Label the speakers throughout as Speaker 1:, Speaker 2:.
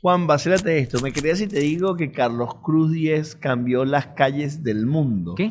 Speaker 1: Juan, vacílate esto. Me quería si te digo que Carlos Cruz 10 cambió las calles del mundo.
Speaker 2: ¿Qué?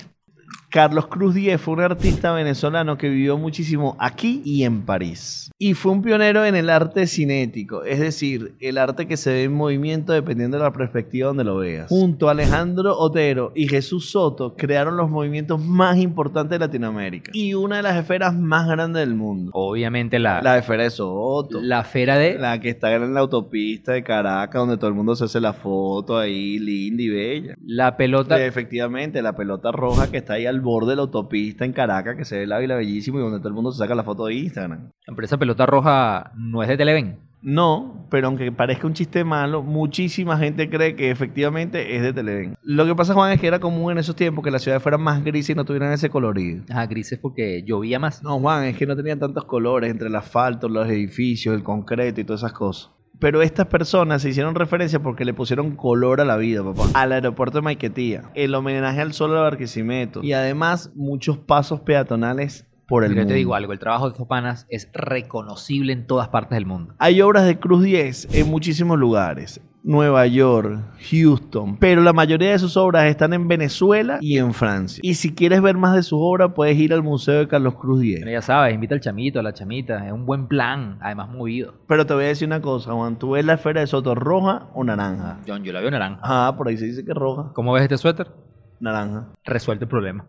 Speaker 1: Carlos Cruz Diez fue un artista venezolano que vivió muchísimo aquí y en París. Y fue un pionero en el arte cinético, es decir, el arte que se ve en movimiento dependiendo de la perspectiva donde lo veas. Junto a Alejandro Otero y Jesús Soto crearon los movimientos más importantes de Latinoamérica y una de las esferas más grandes del mundo.
Speaker 2: Obviamente la, la,
Speaker 1: La esfera de Soto.
Speaker 2: esfera de...
Speaker 1: La que está en la autopista de Caracas, donde todo el mundo se hace la foto ahí, linda y bella.
Speaker 2: La pelota...
Speaker 1: Eh, Efectivamente, la pelota roja que está ahí al borde de la autopista en Caracas, que se ve el Ávila bellísimo y donde todo el mundo se saca la foto de Instagram.
Speaker 2: Pero esa pelota roja no es de Televen.
Speaker 1: No, pero aunque parezca un chiste malo, muchísima gente cree que efectivamente es de Televen. Lo que pasa, Juan, es que era común en esos tiempos que las ciudades fueran más grises y no tuvieran ese colorido.
Speaker 2: Ah, grises porque llovía más.
Speaker 1: No, Juan, es que no tenían tantos colores entre el asfalto, los edificios, el concreto y todas esas cosas. Pero estas personas se hicieron referencia porque le pusieron color a la vida, papá. Al aeropuerto de Maiquetía, el homenaje al sol de Barquisimeto y además muchos pasos peatonales por el
Speaker 2: Pero yo
Speaker 1: mundo.
Speaker 2: te digo algo, el trabajo de estos panas es reconocible en todas partes del mundo.
Speaker 1: Hay obras de Cruz 10 en muchísimos lugares. Nueva York, Houston, pero la mayoría de sus obras están en Venezuela y en Francia. Y si quieres ver más de sus obras, puedes ir al Museo de Carlos Cruz
Speaker 2: Pero
Speaker 1: 10.
Speaker 2: ya sabes, invita al chamito, a la chamita, es un buen plan, además movido.
Speaker 1: Pero te voy a decir una cosa, Juan, ¿tú ves la esfera de Soto roja o naranja?
Speaker 2: John, yo la veo naranja.
Speaker 1: Ah, por ahí se dice que es roja.
Speaker 2: ¿Cómo ves este suéter?
Speaker 1: Naranja.
Speaker 2: Resuelve el problema.